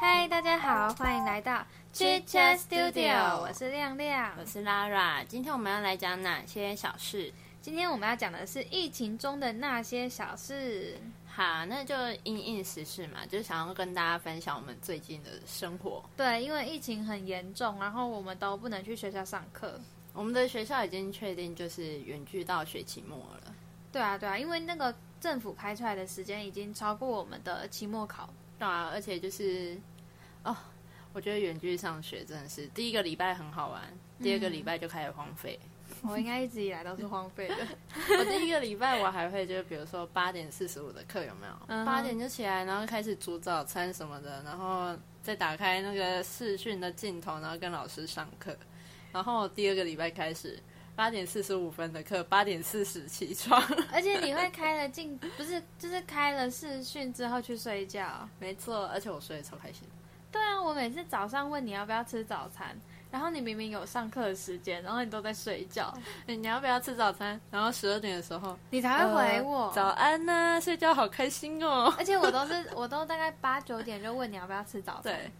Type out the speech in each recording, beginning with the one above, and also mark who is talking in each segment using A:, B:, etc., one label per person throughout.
A: 嗨，大家好，欢迎来到 Chit Chat Studio，我是亮亮
B: 我。是 Lara，今天我们要来讲哪些小事？
A: 今天我们要讲的是疫情中的那些小事。
B: 好，那就因应时事嘛，就是想要跟大家分享我们最近的生活。
A: 对，因为疫情很严重，然后我们都不能去学校上课。
B: 我们的学校已经确定就是远距到学期末了，
A: 对啊，对啊，因为那个政府开出来的时间已经超过我们的期末 考。
B: 对啊，而且就是哦，我觉得远距上学真的是第一个礼拜很好玩，第二个礼拜就开始荒废。
A: 我应该一直以来都是荒废的。
B: 我第一个礼拜我还会就是比如说八点四十五的课有没有？
A: 嗯哼
B: 八、点就起来，然后开始煮早餐什么的，然后再打开那个视讯的镜头，然后跟老师上课。然后第二个礼拜开始，八点四十五分的课，八点四十起床。
A: 而且你会开了进，不是就是开了视讯之后去睡觉。
B: 没错，而且我睡得超开心。
A: 对啊，我每次早上问你要不要吃早餐，然后你明明有上课的时间，然后你都在睡觉，
B: 哎你要不要吃早餐？然后十二点的时候
A: 你才会回
B: 呃
A: 我。
B: 早安呐、睡觉好开心哦。
A: 而且我都是我都大概八九点就问你要不要吃早餐，
B: 对，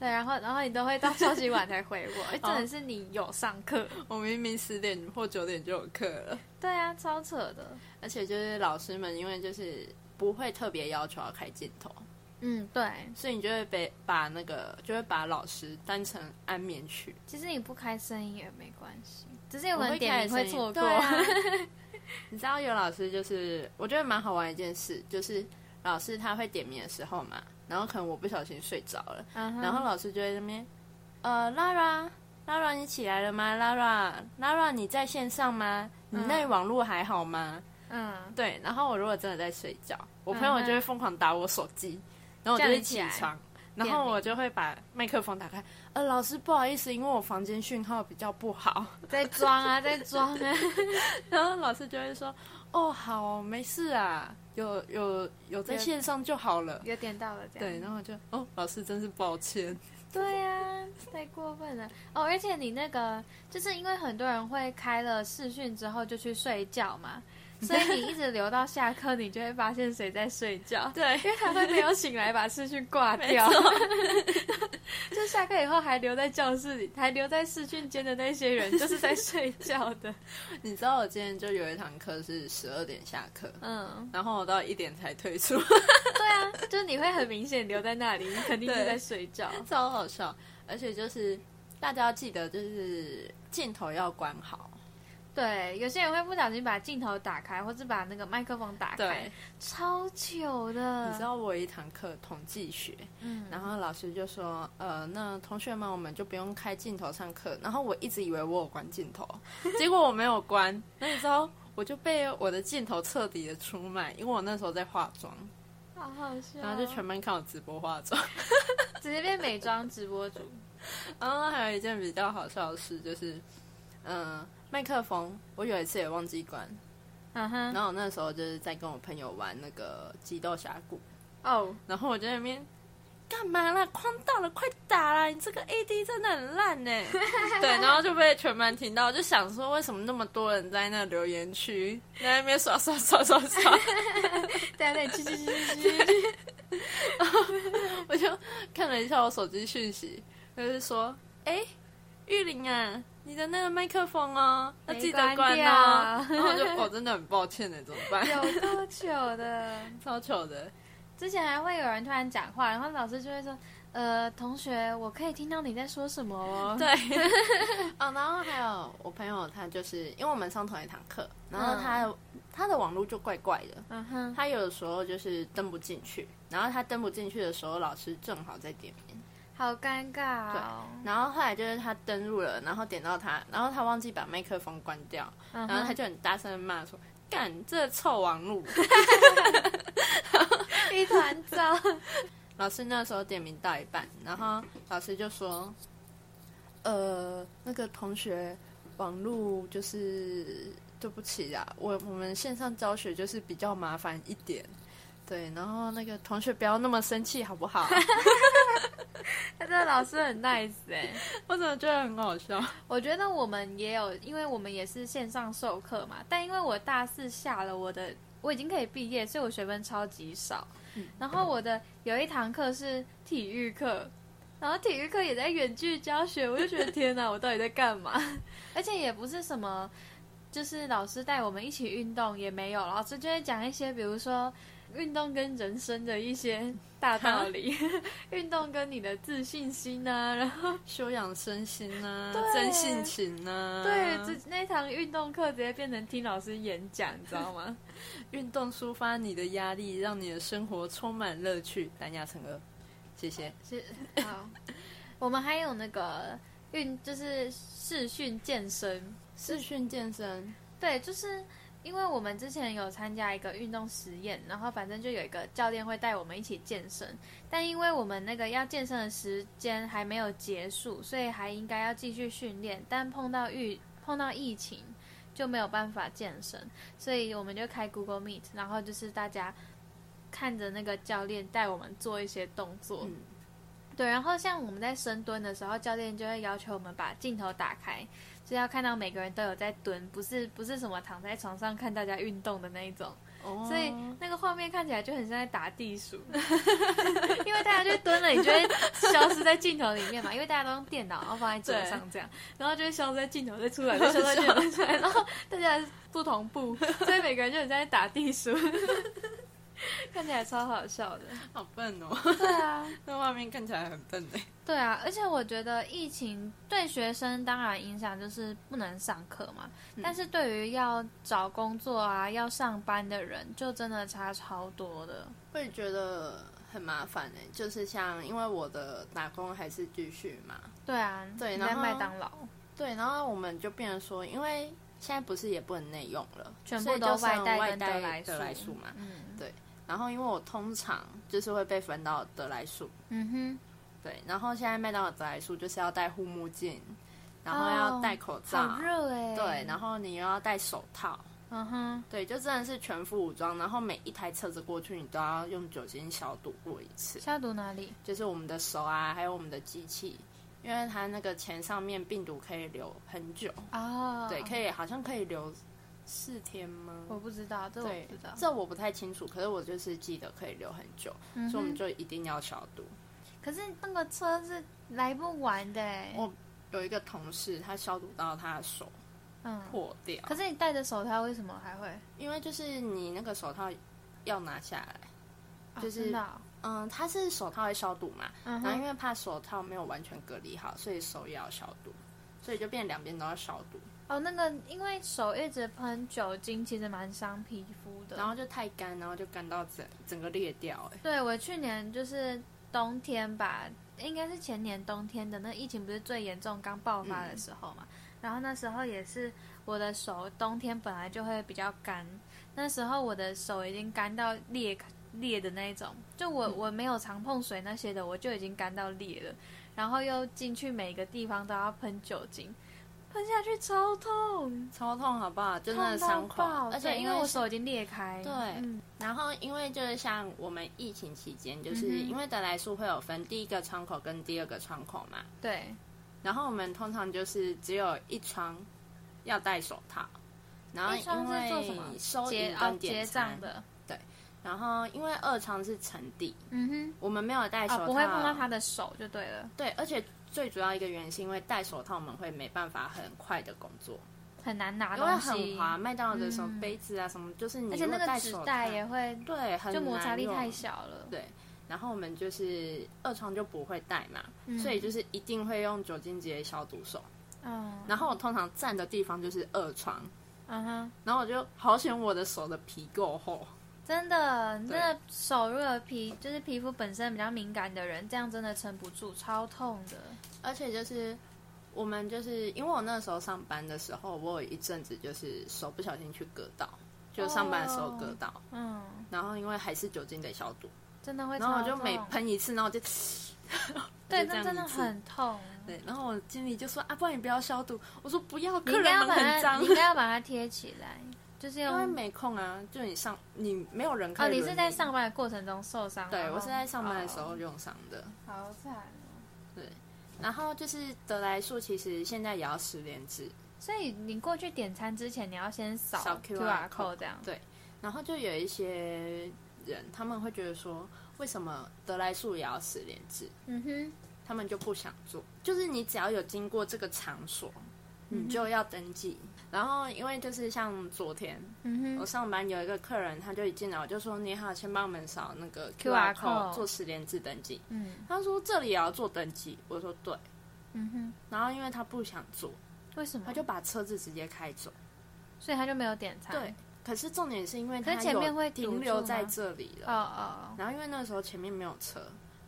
A: 对，然后然后你都会到休息晚才回我，
B: 哦
A: 哎真的是你有上课，
B: 我明明十点或九点就有课了。
A: 对啊，超扯的，
B: 而且就是老师们，因为就是不会特别要求要开镜头，
A: 嗯，对，
B: 所以你就会被把那个就会把老师当成安眠曲，
A: 其实你不开声音也没关系，只是有
B: 我
A: 人
B: 会开
A: 点
B: 的
A: 你
B: 声
A: 会
B: 音
A: 错过，
B: 对啊 你知道有老师就是我觉得蛮好玩的一件事，就是老师他会点名的时候嘛，然后可能我不小心睡着了，
A: 嗯哼
B: 然后老师就会在那边，呃，Lara。Lara，你起来了吗？Lara，Lara，你在线上吗？你那
A: 嗯
B: 网络还好吗？
A: 嗯，
B: 对，然后我如果真的在睡觉，我朋
A: 嗯
B: 友
A: 哼
B: 就会疯狂打我手机，然后我就
A: 叫
B: 会
A: 你起
B: 起
A: 来
B: 床，然
A: 点
B: 后我
A: 名
B: 就会把麦克风打开。呃，老师不好意思，因为我房间讯号比较不好。
A: 在装啊，在装啊，
B: 然后老师就会说：“哦，好哦，没事啊，有有有在
A: 有
B: 线上就好了。
A: 有点到了”这样，
B: 对，然后我就哦，老师真是抱歉。
A: 对呀、太过分了哦！而且你那个，就是因为很多人会开了视讯之后就去睡觉嘛，所以你一直留到下课，你就会发现谁在睡觉，
B: 对，
A: 因为他会没有醒来把视讯挂掉， 就下课以后还留在教室里，还留在视讯间的那些人，就是在睡觉的。
B: 你知道我今天就有一堂课是十二点下课，
A: 嗯，
B: 然后我到一点才退出。
A: 对啊，就是你会很明显留在那里，你肯定是在睡觉。
B: 超好笑，而且就是大家要记得，就是镜头要关好。
A: 对，有些人会不小心把镜头打开，或是把那个麦克风打开
B: 对，，
A: 超糗的。
B: 你知道我有一堂课统计学，
A: 嗯，
B: 然后老师就说，呃，那同学们我们就不用开镜头上课。然后我一直以为我有关镜头， 结果我没有关。那你知道，我就被我的镜头彻底的出卖，因为我那时候在化妆，
A: 好好笑哦，
B: 然后就全班看我直播化 妆。
A: 直接变美妆直播主。
B: 然后还有一件比较好笑的事就是，嗯、麦克风我有一次也忘记关，
A: 嗯哼，
B: 然后我那时候就是在跟我朋友玩那个激斗峡谷，
A: 哦，
B: 然后我就在那边干嘛啦？框到了，快打啦！你这个 AD 真的很 烂呢、对，然后就被全班听到，我就想说为什么那么多人在那留言区在那边刷刷刷刷 刷，
A: 在那里去去去去去，
B: 我就看了一下我手机讯息，就是说，哎、玉玲啊。你的那个麦克风哦，要记得
A: 没
B: 关
A: 关掉
B: 哦。然后我就我、真的很抱歉呢，怎么 办？
A: 有够糗 的。
B: 超糗的。
A: 之前还会有人突然讲话，然后老师就会说：“呃，同学，我可以听到你在说什么哦。”
B: 对，哦，然后还有我朋友，他就是因为我们上同一堂课，然后他、他的网络就怪怪的，
A: 嗯哼，
B: 他有的时候就是登不进去，然后他登不进去的时候，老师正好在点名，
A: 好尴尬哦。
B: 然后后来就是他登入了，然后点到他，然后他忘记把麦克风关掉，
A: 然
B: 然后他就很大声地骂说：“干这臭网路！”
A: 一团糟。
B: 老师那时候点名到一半，然后老师就说：“呃，那个同学，网络就是对不起啦，我我们线上教学就是比较麻烦一点，对，然后那个同学不要那么生气好不好？
A: 他这个老师很 nice 哎、
B: 我怎么觉得很好笑？
A: 我觉得我们也有，因为我们也是线上授课嘛，但因为我大四下了，我的我已经可以毕业，所以我学分超级少。然后我的有一堂课是体育课，然后体育课也在远距教学，我就觉得天哪，我到底在干嘛？而且也不是什么，就是老师带我们一起运动也没有，老师就会讲一些，比如说运动跟人生的一些大道理， 运动跟你的自信心啊，然后
B: 修养身心 呐、
A: 对
B: 真性情啊呐、
A: 对，这那堂运动课直接变成听老师演讲，你知道吗？
B: 运动抒发你的压力，让你的生活充满乐趣。单压成二，谢谢。
A: 是好，我们还有那个运，就是视讯健身。
B: 视讯健身，
A: 对，就是因为我们之前有参加一个运动实验，然后反正就有一个教练会带我们一起健身，但因为我们那个要健身的时间还没有结束，所以还应该要继续训练，但碰到疫碰到疫情就没有办法健身，所以我们就开 Google Meet，然后就是大家看着那个教练带我们做一些动作。
B: 嗯
A: 对，然后像我们在深蹲的时候，教练就会要求我们把镜头打开，就是要看到每个人都有在蹲，不是不是什么躺在床上看大家运动的那一种，
B: 哦
A: 所以那个画面看起来就很像在打地 鼠，因为大家就蹲了，你就会消失在镜头里面嘛，因为大家都用电脑，然后放在桌上这样，然后就会消失在镜头，再出来，再消失在镜头，再出来，然后大家不同 步，所以每个人就很像在打地鼠， 看起来超好笑的。
B: 好笨哦，
A: 对啊。
B: 那画面看起来很笨哎。
A: 对啊，而且我觉得疫情对学生当然影响就是不能上课嘛，
B: 嗯
A: 但是对于要找工作啊、要上班的人，就真的差超多的。
B: 我也觉得很麻烦哎、就是像因为我的打工还是继续嘛，
A: 对啊，
B: 对
A: 你
B: 然
A: 在
B: 后
A: 麦当劳，
B: 对，然后我们就变成说，因为现在不是也不能内用了，
A: 全
B: 所
A: 部
B: 以
A: 都
B: 就剩
A: 带
B: 外
A: 跟
B: 带
A: 来
B: 德莱素嘛。
A: 嗯
B: 然后因为我通常就是会被分到德莱素，
A: 嗯
B: 对，然后现在麦当劳德莱素就是要戴护目镜，然后要戴口
A: 哼，
B: 罩，哦
A: 好热哎、
B: 对，然
A: 后
B: 后你又要戴手套，
A: 嗯哼，
B: 对，就真的是全副武装。然后每一台车子过去，你都要用酒精消毒过一次。
A: 消毒哪里？
B: 就是我们的手啊，还有我们的机器，因为它那个钱上面病毒可以留很久，
A: 哦，
B: 对，可
A: 以，
B: 以好像可以留四天吗？
A: 我不知道，这我
B: 对
A: 不知道，。
B: 这我不太清楚，可是我就是记得可以留很久，
A: 嗯
B: 所以我们
A: 哼，
B: 就一定要消毒。
A: 可是那个车是来不完的哎、
B: 我有一个同事，他消毒到他的手
A: 嗯，
B: 破掉，
A: 可是你戴着手套，为什么还会？
B: 因为就是你那个手套要拿下来，
A: 啊
B: 就是
A: 真的哦
B: 嗯，他是手套会消毒嘛，
A: 嗯
B: 然后因
A: 哼，
B: 为怕手套没有完全隔离好，所以手也要消毒，所以就变两边都要消毒。
A: 哦，那个因为手一直喷酒精，其实蛮伤皮肤的。
B: 然后就太干，然后就干到整整个裂掉、欸。
A: 对我去年就是冬天吧，应该是前年冬天的那疫情不是最严重刚爆发
B: 嗯
A: 的时候嘛，然后那时候也是我的手冬天本来就会比较干，那时候我的手已经干到裂裂的那一种，就我、
B: 嗯
A: 我没有常碰水那些的，我就已经干到裂了，然后又进去每个地方都要喷酒精，喷下去超痛。
B: 超嗯痛，好不好？就那个伤
A: 痛
B: 口啊
A: 到爆，，
B: 而且
A: 对因
B: 为
A: 为我，手已经裂开，
B: 对
A: 嗯
B: 然后因为就是像我们疫情期间，就是
A: 嗯哼
B: 因为得来速会有分第一个窗口跟第二个窗口嘛，
A: 对，
B: 然后我们通常就是只有一窗要戴手套，然后
A: 一双
B: 因
A: 是做什么
B: 为收
A: 结
B: 银
A: 啊
B: 跟
A: 结
B: 点
A: 账
B: 餐，
A: 的，
B: 然后因为二窗是沉地，
A: 嗯
B: 我们没有戴
A: 哼，
B: 手
A: 啊
B: 套，
A: 不会碰到他的手就对了，
B: 对，而且最主要一个原因是因为戴手套我们会没办法很快的工作。
A: 很难拿
B: 因为
A: 东西，
B: 很滑，麦当劳的什么
A: 嗯
B: 杯子啊，什么就是你
A: 而且
B: 如
A: 那
B: 果戴
A: 个纸
B: 手
A: 袋
B: 套
A: 也会，
B: 对，很
A: 就摩擦
B: 难
A: 力
B: 用
A: 太。小了，
B: 对，然后我们就是二床就不会戴嘛，
A: 嗯
B: 所以就是一定会用酒精直接消毒手。
A: 嗯
B: 然后我通常站的地方就是二床，
A: 嗯哼，
B: 然后我就好险我的手的皮够厚，
A: 真的，
B: 对
A: 那手如果皮就是皮肤本身比较敏感的人，这样真的撑不住，超痛的，
B: 而且就是。我们就是因为我那时候上班的时候，我有一阵子就是手不小心去割到，就上班的时候
A: 哦
B: 割到
A: 嗯，
B: 然后因为还是酒精得消毒，
A: 真的会超痛，
B: 然后我就每喷一次，然后我就，
A: 对，
B: 我就
A: 那
B: 这样
A: 真的
B: 一次
A: 很痛。
B: 对，然后我经理就说啊，不然你不要消毒。我说不要，
A: 你
B: 客
A: 应该
B: 人
A: 要
B: 们
A: 把
B: 很
A: 它，
B: 脏
A: 你，应该要把它贴起来，就是
B: 因为
A: 用
B: 没空啊，就你上你没有人可
A: 哦，
B: 以轮
A: 你
B: 流。
A: 是在上班的过程中受伤？
B: 对
A: 然后
B: 我是在上班的时候
A: 哦
B: 用上的。
A: 好惨哦。
B: 然后就是德莱素，其实现在也要十连制，
A: 所以你过去点餐之前，你要先扫
B: 扫
A: QR code
B: QR code
A: 这样。
B: 然后就有一些人他们会觉得说，为什么德莱素也要十连制？
A: 嗯哼，
B: 他他们就不想做。就是你只要有经过这个场所，
A: 嗯
B: 你就要登记。然后因为就是像昨天
A: 嗯
B: 我
A: 哼，
B: 上班有一个客人，他就一进来我就说：“你好，先帮我们扫那个
A: QR
B: QR
A: code
B: code 做十连字登记。”
A: 嗯
B: 他说：“这里也要做登记。”我说：“对。
A: 嗯哼，”
B: 然后因为他不想做，
A: 为什么？
B: 他就把车子直接开走。
A: 所以他就没有点餐。
B: 对，，可是重点是因为
A: 可
B: 他
A: 是前面
B: 有
A: 会堵
B: 停
A: 住
B: 留
A: 吗
B: 在这里
A: 哦
B: 了，
A: 哦，哦
B: 然后因为那个时候前面没有车，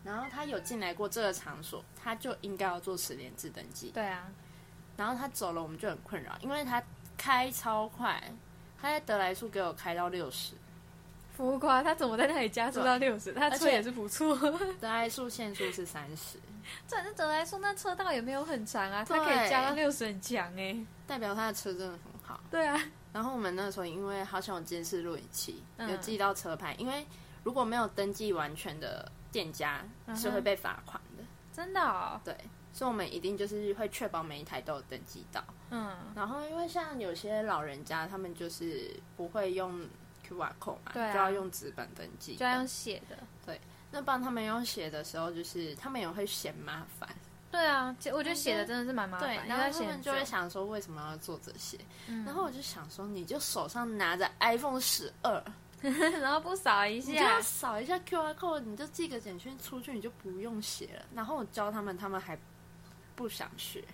B: 然后他有进来过这个场所，他就应该要做十连制登记。
A: 对啊，
B: 然后他走了，我们就很困扰，因为他开超快，他在德莱速给我开到六十，
A: 浮夸，他怎么在那里加速到六十？他
B: 而
A: 车
B: 且
A: 也是不错。
B: 德莱速限速是三十，
A: 这对德来说，那车道也没有很长啊，他
B: 对
A: 可以加到六十，很强哎、
B: 代表他的车真的很好。
A: 对啊，
B: 然后我们那时候因为好像有监视录影器，
A: 嗯
B: 有记到车牌，因为如果没有登记完全的店家
A: 嗯哼
B: 是会被罚款的，
A: 真的、哦，
B: 对，所以我们一定就是会确保每一台都有登记到。
A: 嗯，
B: 然后因为像有些老人家，他们就是不会用 QR code 嘛，
A: 对啊
B: 就要用纸本登记。
A: 就要用写的。
B: 那帮他们用写的时候，就是他们也会嫌麻烦，
A: 对啊，其实我觉得写的真的是蛮麻烦，
B: 对，
A: 因
B: 然
A: 为要
B: 后他
A: 写
B: 们
A: 很
B: 就
A: 久
B: 会想说为什么要做这些？
A: 嗯
B: 然后我就想说，你就手上拿着 iPhone 十二，
A: 啊然后不扫一
B: 你就要
A: 下，
B: 扫一下 QR code，你就寄个简讯出去，你就不用写了。然后我教他们，他们还不想学，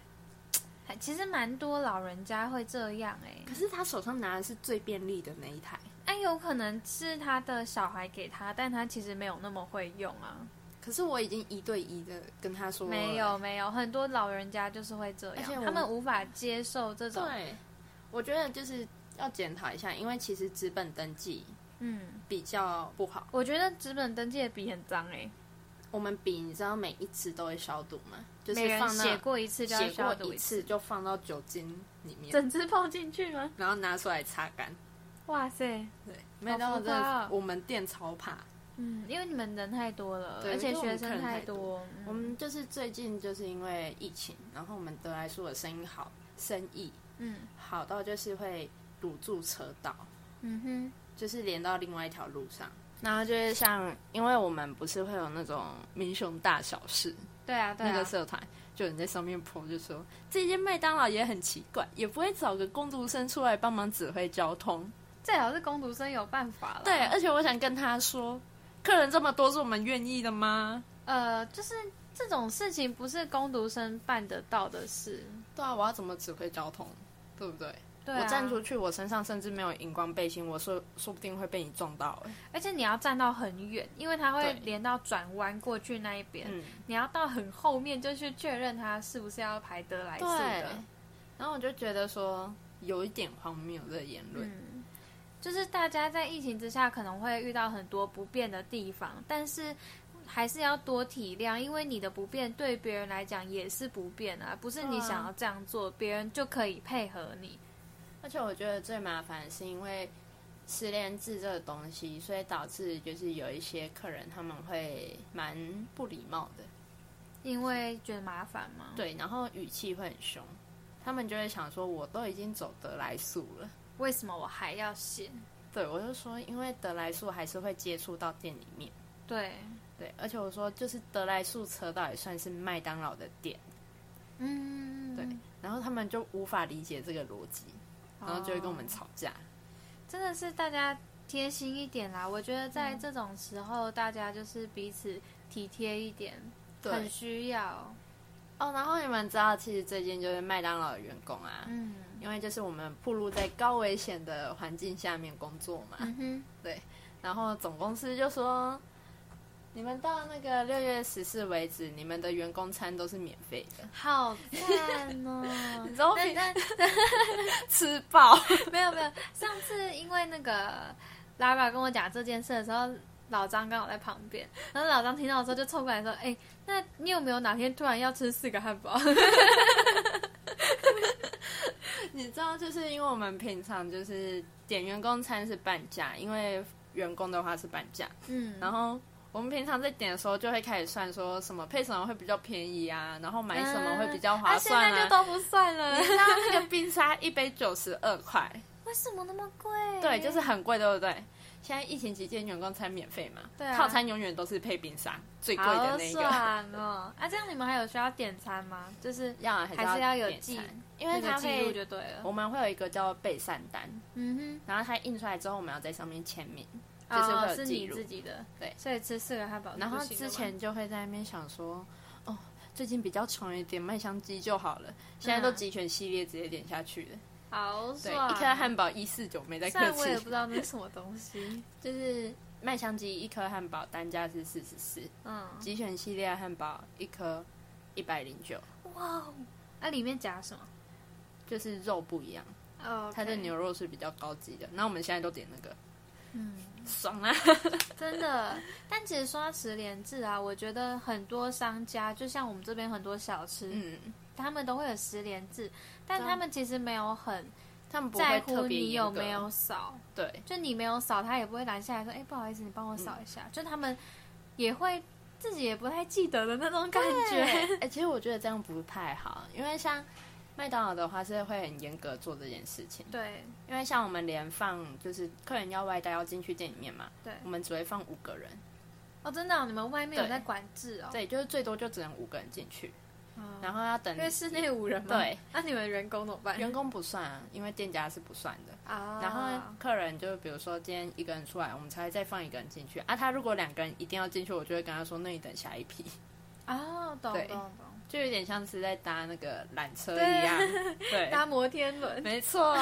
A: 还其实蛮多老人家会这样哎、
B: 可是他手上拿的是最便利的那一台，
A: 哎，有可能是他的小孩给他，但他其实没有那么会用啊。
B: 可是我已经一对一的跟他说
A: 没有没有，很多老人家就是会这
B: 而且
A: 样，
B: 我
A: 他们无法接受这种。
B: 对，我觉得就是要检讨一下，因为其实纸本登记
A: 嗯，
B: 比较不好。
A: 我觉得纸本登记的笔很脏哎、
B: 我们笔你知道每一次都会消毒吗？就是
A: 每人
B: 放到
A: 写过一次就要
B: 写
A: 消
B: 过
A: 毒
B: 一次，就放到酒精里面，
A: 整只泡进去吗？
B: 然后拿出来擦干。
A: 哇塞，
B: 对，麦当劳真
A: 浮夸
B: 的
A: 哦
B: 是我们店超怕，
A: 嗯，因为你们人太多了，
B: 对
A: 而且
B: 因为我
A: 学
B: 们客
A: 生
B: 人太
A: 多，
B: 我
A: 嗯
B: 们就是最近就是因为疫情，然后我们德莱树的生意好，生意
A: 嗯
B: 好到就是会堵住车道，
A: 嗯哼，
B: 就是连到另外一条路上。然后就是像，因为我们不是会有那种民雄大小事、
A: 对啊对
B: 那个
A: 啊，
B: 社团，就有人在上面 po 就说，这间麦当劳也很奇怪，也不会找个工读生出来帮忙指挥交通。啊
A: 最好是工读生有办法了。
B: 对，，而且我想跟他说，客人这么多是我们愿意的吗？
A: 呃，就是这种事情不是工读生办得到的事。
B: 对啊，我要怎么指挥交通？对不对？
A: 对、啊，
B: 我站出去，我身上甚至没有荧光背心，我说说不定会被你撞到、欸。
A: 而且你要站到很远，因为它会
B: 对
A: 连到转弯过去那一边，
B: 嗯，
A: 你要到很后面就去确认它是不是要排德莱速
B: 对
A: 的。。
B: 然后我就觉得说有一点荒谬的言论，
A: 嗯，就是大家在疫情之下可能会遇到很多不便的地方，但是还是要多体谅，因为你的不便对别人来讲也是不便啊，不是你
B: 对啊
A: 想要这样做，别人就可以配合你。
B: 而且我觉得最麻烦是因为失恋制这个东西，所以导致就是有一些客人他们会蛮不礼貌的，
A: 因为觉得麻烦嘛，
B: 对，然后语气会很凶，他们就会想说我都已经走得来速了。
A: 为什么我还要写？
B: 对，我就说，因为得来速还是会接触到店里面，
A: 对，
B: 对，而且我说就是得来速车道也算是麦当劳的店，
A: 嗯，
B: 对，然后他们就无法理解这个逻辑，然后就会跟我们
A: 哦
B: 吵架。
A: 真的是大家贴心一点啦。我觉得在
B: 嗯
A: 这种时候，大家就是彼此体贴一点，很需要。
B: 哦，然后你们知道，其实最近就是麦当劳的员工啊，
A: 嗯
B: 因为就是我们暴露在高危险的环境下面工作嘛，
A: 嗯哼，
B: 然后总公司就说，你们到那个六月十四为止，你们的员工餐都是免费的，
A: 好赞哦！
B: 你知道我
A: 但
B: 平
A: 但
B: 吃饱。
A: 没有没有，上次因为那个拉拉跟我讲这件事的时候。老张刚好在旁边，然后老张听到的时候就凑过来说：“哎、那你有没有哪天突然要吃四个汉 堡？
B: 你知道，就是因为我们平常就是点员工餐是半价，因为员工的话是半价，
A: 嗯，
B: 然后我们平常在点的时候就会开始算说什么配什么会比较便宜啊，然后买什
A: 啊
B: 么会比较划算啊
A: 啊现在就都不算了。
B: 你知道那个冰沙一杯九十二块，
A: 为什么那么贵？
B: 对，就是很贵，对不对？现在疫情期间员工餐免费嘛，
A: 对啊
B: 套餐永远都是配冰沙，最贵的
A: 好
B: 那个。
A: 爽哦！啊，这样你们还有需要点餐吗？就是
B: 要啊
A: 还是要有
B: 点
A: 记
B: 餐，因为
A: 那
B: 它
A: 个记录
B: 会，哦
A: 就对了。
B: 我们会有一个叫备善单，
A: 嗯
B: 然后它印出来之后，我们要在上面签名。
A: 哼，
B: 就是会有
A: 哦，是
B: 记
A: 你
B: 录
A: 自己的，
B: 对
A: 所以吃四个汉堡就不
B: 然
A: 行了吗。
B: 后之前就会在那边想说，哦，最近比较穷一点，麦香鸡就好了。现
A: 嗯
B: 在都集全系列直接点下去了，
A: 好
B: 对，
A: 爽，
B: 一颗汉堡一四九，没在
A: 虽然
B: 客
A: 我也不
B: 气
A: 知。道那是什么东 西，
B: 就是麦香鸡一颗汉堡单价是四十四，
A: 嗯，
B: 集选系列汉堡一颗一百零九，
A: 哇哦，那、里面夹什么？
B: 就是肉不一样，
A: 哦，
B: 它的牛肉是比较高级的。那我们现在都点那个，
A: 嗯，
B: 爽啊！
A: 真的。但其实说到十连制啊，我觉得很多商家，就像我们这边很多小吃，
B: 嗯，
A: 他们都会有十连制，但
B: 对啊
A: 他们其实没有很
B: 他们不
A: 在
B: 会
A: 乎
B: 特别
A: 你
B: 严
A: 有
B: 格
A: 没有扫，
B: 对，
A: 就你没有扫，他也不会拦下来说：“哎、不好意思，你帮我扫一下。
B: 嗯
A: 就他们也会自己也不太记得的那种感觉。
B: 哎、其实我觉得这样不太好，因为像麦当劳的话是会很严格做这件事情，
A: 对
B: 因为像我们连放就是客人要外带要进去店里面嘛，
A: 对，
B: 我们只会放五个人，
A: 哦，真的哦、你们外面有
B: 对
A: 在管制哦？，
B: 对，就是最多就只能五个人进去，
A: 哦、
B: 然后要等
A: 因为室内无人嘛。
B: 对，
A: 那、你们员工怎么办？
B: 员工不算、啊，因为店家是不算的。
A: 啊，
B: 然后客人就比如说今天一个人出来，我们才会再放一个人进去啊。他如果两个人一定要进去，我就会跟他说：“那你等下一批。
A: 哦，懂
B: 对
A: 懂懂，”
B: 就有点像是在搭那个缆车一 样，对，
A: 搭摩天轮，
B: 没 错。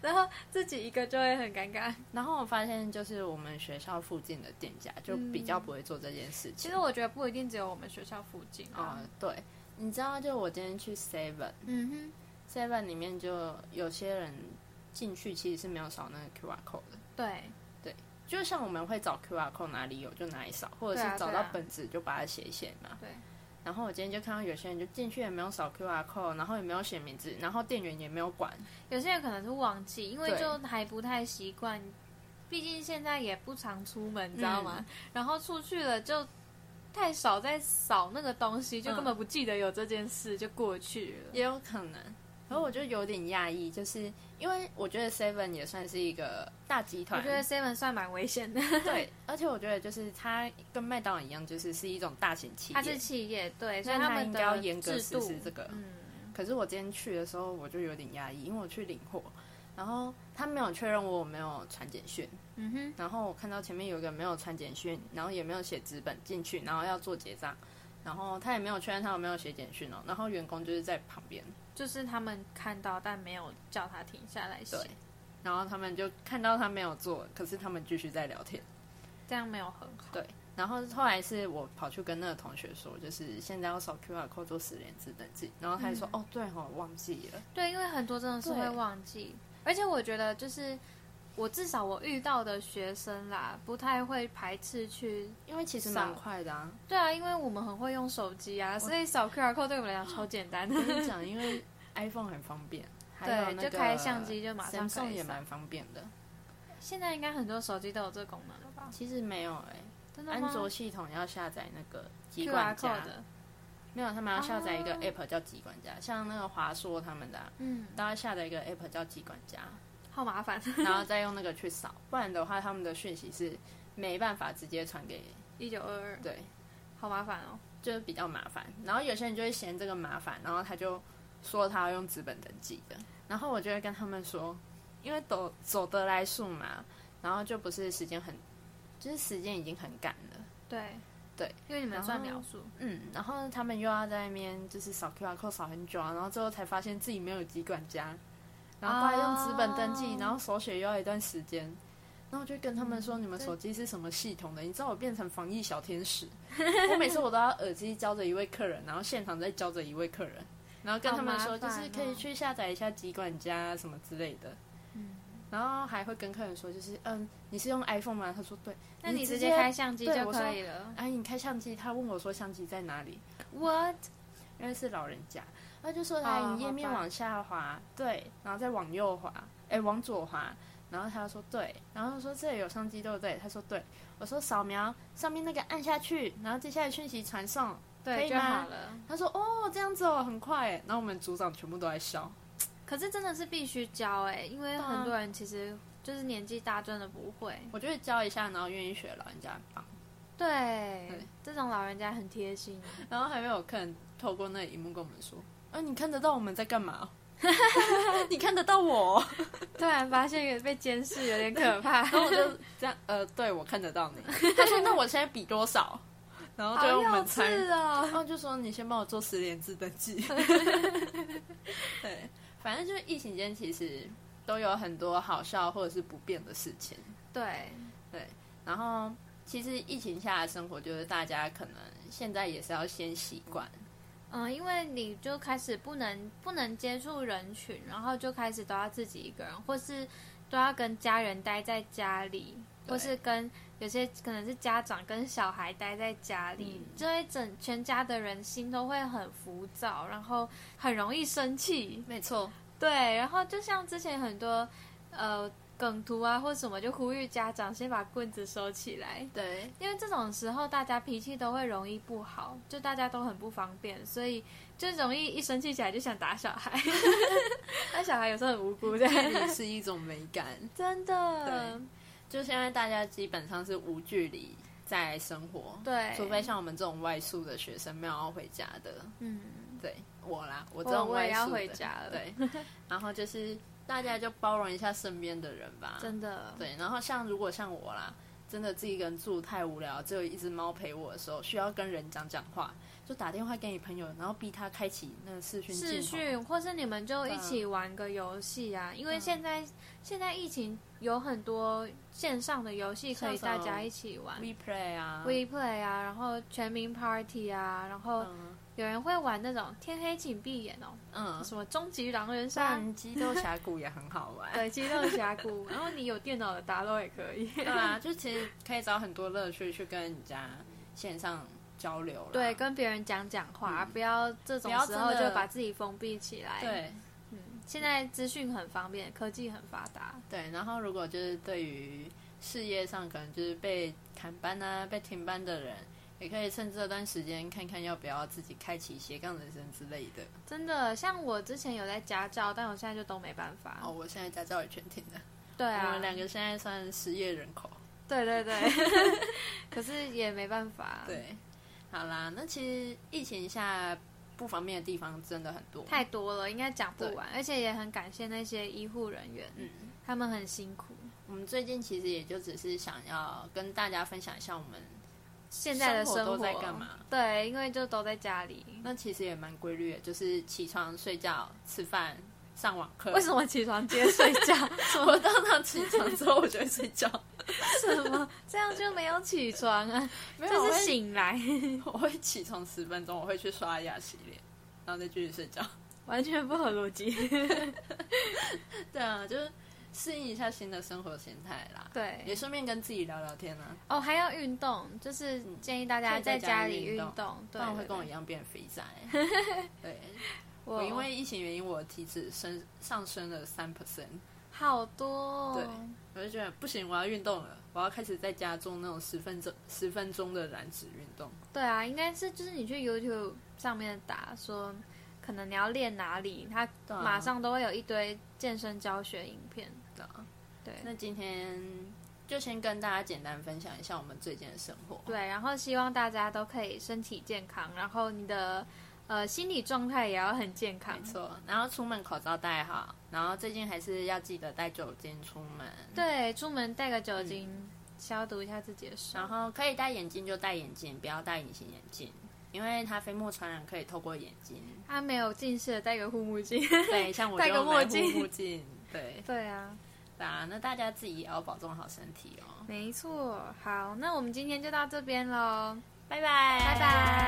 A: 然后自己一个就会很尴 尬。
B: 然后我发现，就是我们学校附近的店家就比较不会做这件事
A: 嗯其
B: 情。
A: 实我觉得不一定只有我们学校附近啊
B: 嗯，，对，你知道，就我今天去 Seven
A: 嗯
B: Seven 里面，就有些人进去其实是没有扫那个 QR code 的。
A: 哼，对，
B: 就像我们会找 QR code 哪里有就哪里扫，或者
A: 对
B: 是
A: 啊
B: 找
A: 对
B: 到
A: 啊
B: 本子就把它写一写嘛。
A: 对
B: 然后我今天就看到有些人就进去也没有扫 QR code，然后也没有写名字，然后店员也没有管。
A: 有些人可能是忘记，因为
B: 对
A: 就还不太习惯，毕竟现在也不常出门，你知道
B: 嗯
A: 吗？然后出去了就太少在扫那个东西，
B: 嗯
A: 就根本不记得有这件事，就过去了。
B: 也有可能。然后我就有点讶异，就是因为我觉得 Seven 也算是一个大集
A: 我
B: 团，
A: 觉得 Seven 算蛮危险 的，
B: 对，而且我觉得就是它跟麦当劳一样，就是是一种大型企
A: 它是
B: 业。
A: 企业，对，所以
B: 那它
A: 他们
B: 应
A: 的
B: 该要严格
A: 制
B: 实
A: 度
B: 施这个
A: 嗯，
B: 可是我今天去的时候，我就有点压抑，因为我去领货，然后他没有确认我有没有传简讯，
A: 嗯哼，
B: 然后我看到前面有一个没有传简讯，然后也没有写纸本进去，然后要做结账，然后他也没有确认他有没有写简讯哦，然后员工就是在旁边，
A: 就是他们看到但没有叫他停下来写
B: 对，然后他们就看到他没有做，可是他们继续在聊天。
A: 这样没有很好。
B: 对，然后后来是我跑去跟那个同学说，就是现在要扫 QR code 做十连字登记，然后他就说、
A: 嗯
B: 哦，对哦，忘记了，
A: 对，因为很多真的是
B: 对
A: 会忘记，而且我觉得就是我至少我遇到的学生啦，不太会排斥去。
B: 因为其实
A: 扫
B: 蛮快的啊。
A: 对啊，因为我们很会用手机啊，所以扫 QR code 对我们来讲超简单。
B: 我跟你讲，因为 iPhone 很方便，还有
A: 对
B: 那
A: 就
B: 个
A: 开相机就马上可以
B: Samsung 也
A: 扫
B: 蛮方便的。
A: 现在应该很多手机都有这个功能了吧？
B: 其实没有哎、
A: 真的吗
B: 安卓系统要下载那个机
A: ？QR
B: 管家
A: code，的
B: 没有，他们要下载一个
A: 哦
B: app 叫机管家，像那个华硕他们的、啊，
A: 嗯，
B: 都要下载一个 app 叫机管家，
A: 好麻烦，
B: 然后再用那个去扫，不然的话他们的讯息是没办法直接传给，
A: 一九二二，
B: 对，
A: 好麻烦哦。
B: 就是比较麻烦。然后有些人就会嫌这个麻烦，然后他就说他要用纸本登记的，然后我就会跟他们说，因为走走得来速嘛，然后就不是时间很，就是时间已经很赶了。
A: 对
B: 对，
A: 因为你们
B: 然
A: 算
B: 后
A: 秒数，
B: 嗯，然后他们又要在那边就是扫 QR code 扫很久啊，然后最后才发现自己没有集管家，然后过来用纸本登记，
A: 哦
B: 然后手写又要一段时间，然后我就跟他们说、你们
A: 嗯对
B: 手机是什么系统的？你知道我变成防疫小天使， 我每次我都要耳机教着一位客人，然后现场再教着一位客人，然后跟他们说
A: 好麻
B: 就
A: 烦
B: 是可以
A: 哦
B: 去下载一下集管家什么之类的。
A: 嗯
B: 然后还会跟客人说，就是嗯，你是用 iPhone 吗？他说对。
A: 那你直
B: 直
A: 接开相机
B: 对
A: 就
B: 我说
A: 可以了。
B: 哎，你开相机。他问我说相机在哪里？
A: What？
B: 因为是老人家，他就说：“
A: 哦
B: 哎，你页
A: 好
B: 面
A: 吧
B: 往下滑，对，然后再往右滑，哎，往左滑。”然后他就说：“对。”然后说：“这里有相机，对不对？”他说：“对。”我说：“扫描上面那个按下去，然后接下来讯息传送。可
A: 对
B: 以
A: 就
B: 吗
A: 好了。”
B: 他说：“哦，这样子哦，很快耶。”然后我们组长全部都在笑，
A: 可是真的是必须教哎、因为
B: 对啊
A: 很多人其实就是年纪大，真的不会。
B: 我就会教一下，然后愿意学，老人家很棒。
A: 对，
B: 对
A: 这种老人家很贴心。
B: 然后还会有客人透过那一幕跟我们说：“啊，你看得到我们在干嘛？ 你看得到我？”
A: 突然发现有被监视，有点可怕。
B: 然后我就这样，呃，对我看得到你。他说：“那我现在比多少？”然后
A: 好
B: 就我
A: 幼
B: 们猜，
A: 稚哦！
B: 然后就说：“你先帮我做十连字登 记。”对，反正就是疫情间其实都有很多好笑或者是不变的事情。
A: 对，
B: 然后其实疫情下的生活，就是大家可能现在也是要先习惯。
A: 嗯，因为你就开始不能不能接触人群，然后就开始都要自己一个人，或是都要跟家人待在家里，
B: 对
A: 或是跟有些可能是家长跟小孩待在家里，
B: 嗯
A: 就会整全家的人心都会很浮躁，然后很容易生气。
B: 没错，
A: 对，然后就像之前很多呃梗图啊或什么，就呼吁家长先把棍子收起来。
B: 对，
A: 因为这种时候大家脾气都会容易不好，就大家都很不方便，所以就容易一生气起来就想打小孩。那小孩有时候很无辜的，
B: 也是一种美感。
A: 真的。
B: 就现在大家基本上是无距离在生活，
A: 对
B: 除非像我们这种外宿的学生没有要回家的，
A: 嗯，
B: 对我啦，我这
A: 我
B: 种
A: 我
B: 外
A: 也
B: 宿
A: 要
B: 的
A: 回家了，
B: 对，然后就是大家就包容一下身边的人吧，
A: 真的。
B: 啊对，然后像如果像我啦，真的自己一个人住太无聊，只有一只猫陪我的时候，需要跟人讲讲话，就打电话给你朋友，然后逼他开启那个视讯
A: 视
B: 镜头，
A: 讯，或是你们就一
B: 啊
A: 起玩个游戏啊，因
B: 嗯
A: 为现在、现在疫情有很多线上的游戏可以
B: 像什
A: 大
B: 么
A: 家一起玩
B: WePlay 啊
A: WePlay 啊，然后全民 Party 啊，然后
B: 嗯
A: 有人会玩那种天黑请闭眼哦，
B: 嗯，
A: 什么终极狼人
B: 虽
A: 杀、
B: 然激斗峡谷也很好玩，
A: 对，激斗峡谷，然后你有电脑的打斗也可以。
B: 对啊，就其实可以找很多乐趣去跟人家线上交流啦
A: 对，跟别人讲讲话，
B: 嗯
A: 不要这种
B: 不要
A: 时候
B: 真的
A: 就把自己封闭起来。，
B: 对
A: 嗯，现在资讯很方便，科技很发达，
B: 对，然后如果就是对于事业上可能就是被砍班啊、被停班的人，也可以趁这段时间看看要不要自己开启斜杠人生之类的。
A: 真的。像我之前有在家教，但我现在就都没办法。
B: 哦，我现在家教也全停了，
A: 对
B: 我
A: 啊
B: 们，两个现在算失业人口。
A: 对对 对，可是也没办法。，
B: 对，好啦，那其实疫情下不方便的地方真的很多，
A: 太多了，应该讲不
B: 对
A: 完，而且也很感谢那些医护人员，
B: 嗯。
A: 他们很辛苦。
B: 我们最近其实也就只是想要跟大家分享一下我们
A: 现在的
B: 生
A: 生
B: 活
A: 活
B: 都在干嘛？
A: 对，因为就都在家里。
B: 那其实也蛮规律的，就是起床、睡觉、吃饭、上网课。
A: 为什么起床接睡觉？
B: 么我通常起床之后我就会睡觉？
A: 什么这样就没有起床啊？
B: 没有，
A: 就
B: 我
A: 是
B: 会
A: 醒来，
B: 我会起床十分钟，我会去刷牙、洗脸，然后再继续睡觉。
A: 完全不合逻辑。
B: 对啊，就是适应一下新的生活形态啦。也
A: 对，
B: 顺便跟自己聊聊天啊，
A: 哦，还要运动，就是建议大家
B: 嗯可以在
A: 家
B: 家里
A: 里
B: 运
A: 运
B: 动
A: 动。
B: 不
A: 对，
B: 然会
A: 对
B: 跟我一
A: 对
B: 样变肥宅。 对，
A: 我
B: 我因为疫情原因，我的体脂升上升了三 percent。
A: 好多哦
B: 对我就觉得不行，我要运动了，我要开始在家做那种十分钟十分钟的燃脂运动。
A: 对啊，应该是就是你去 YouTube 上面打说，可能你要练哪里，它
B: 对啊
A: 马上都会有一堆健身教学影片。
B: 对啊
A: 对
B: 那今天就先跟大家简单分享一下我们最近的生活。
A: 对，然后希望大家都可以身体健康，然后你的呃心理状态也要很健康
B: 没。错，然后出门口罩戴好，然后最近还是要记得带酒精出门。，
A: 对，出门带个酒精、消毒一下自己的手
B: 然。后可以戴眼镜就戴眼镜，不要戴隐形眼镜，因为它飞沫传染可以透过眼 睛。
A: 他、啊没有近视的戴个护目镜。
B: 对，像我
A: 戴
B: 就
A: 个
B: 没
A: 墨
B: 护
A: 镜
B: 目镜。对，
A: 对啊，
B: 对啊，那大家自己也要保重好身体哦。
A: 没错。好，那我们今天就到这边喽，
B: 拜拜，
A: 拜拜。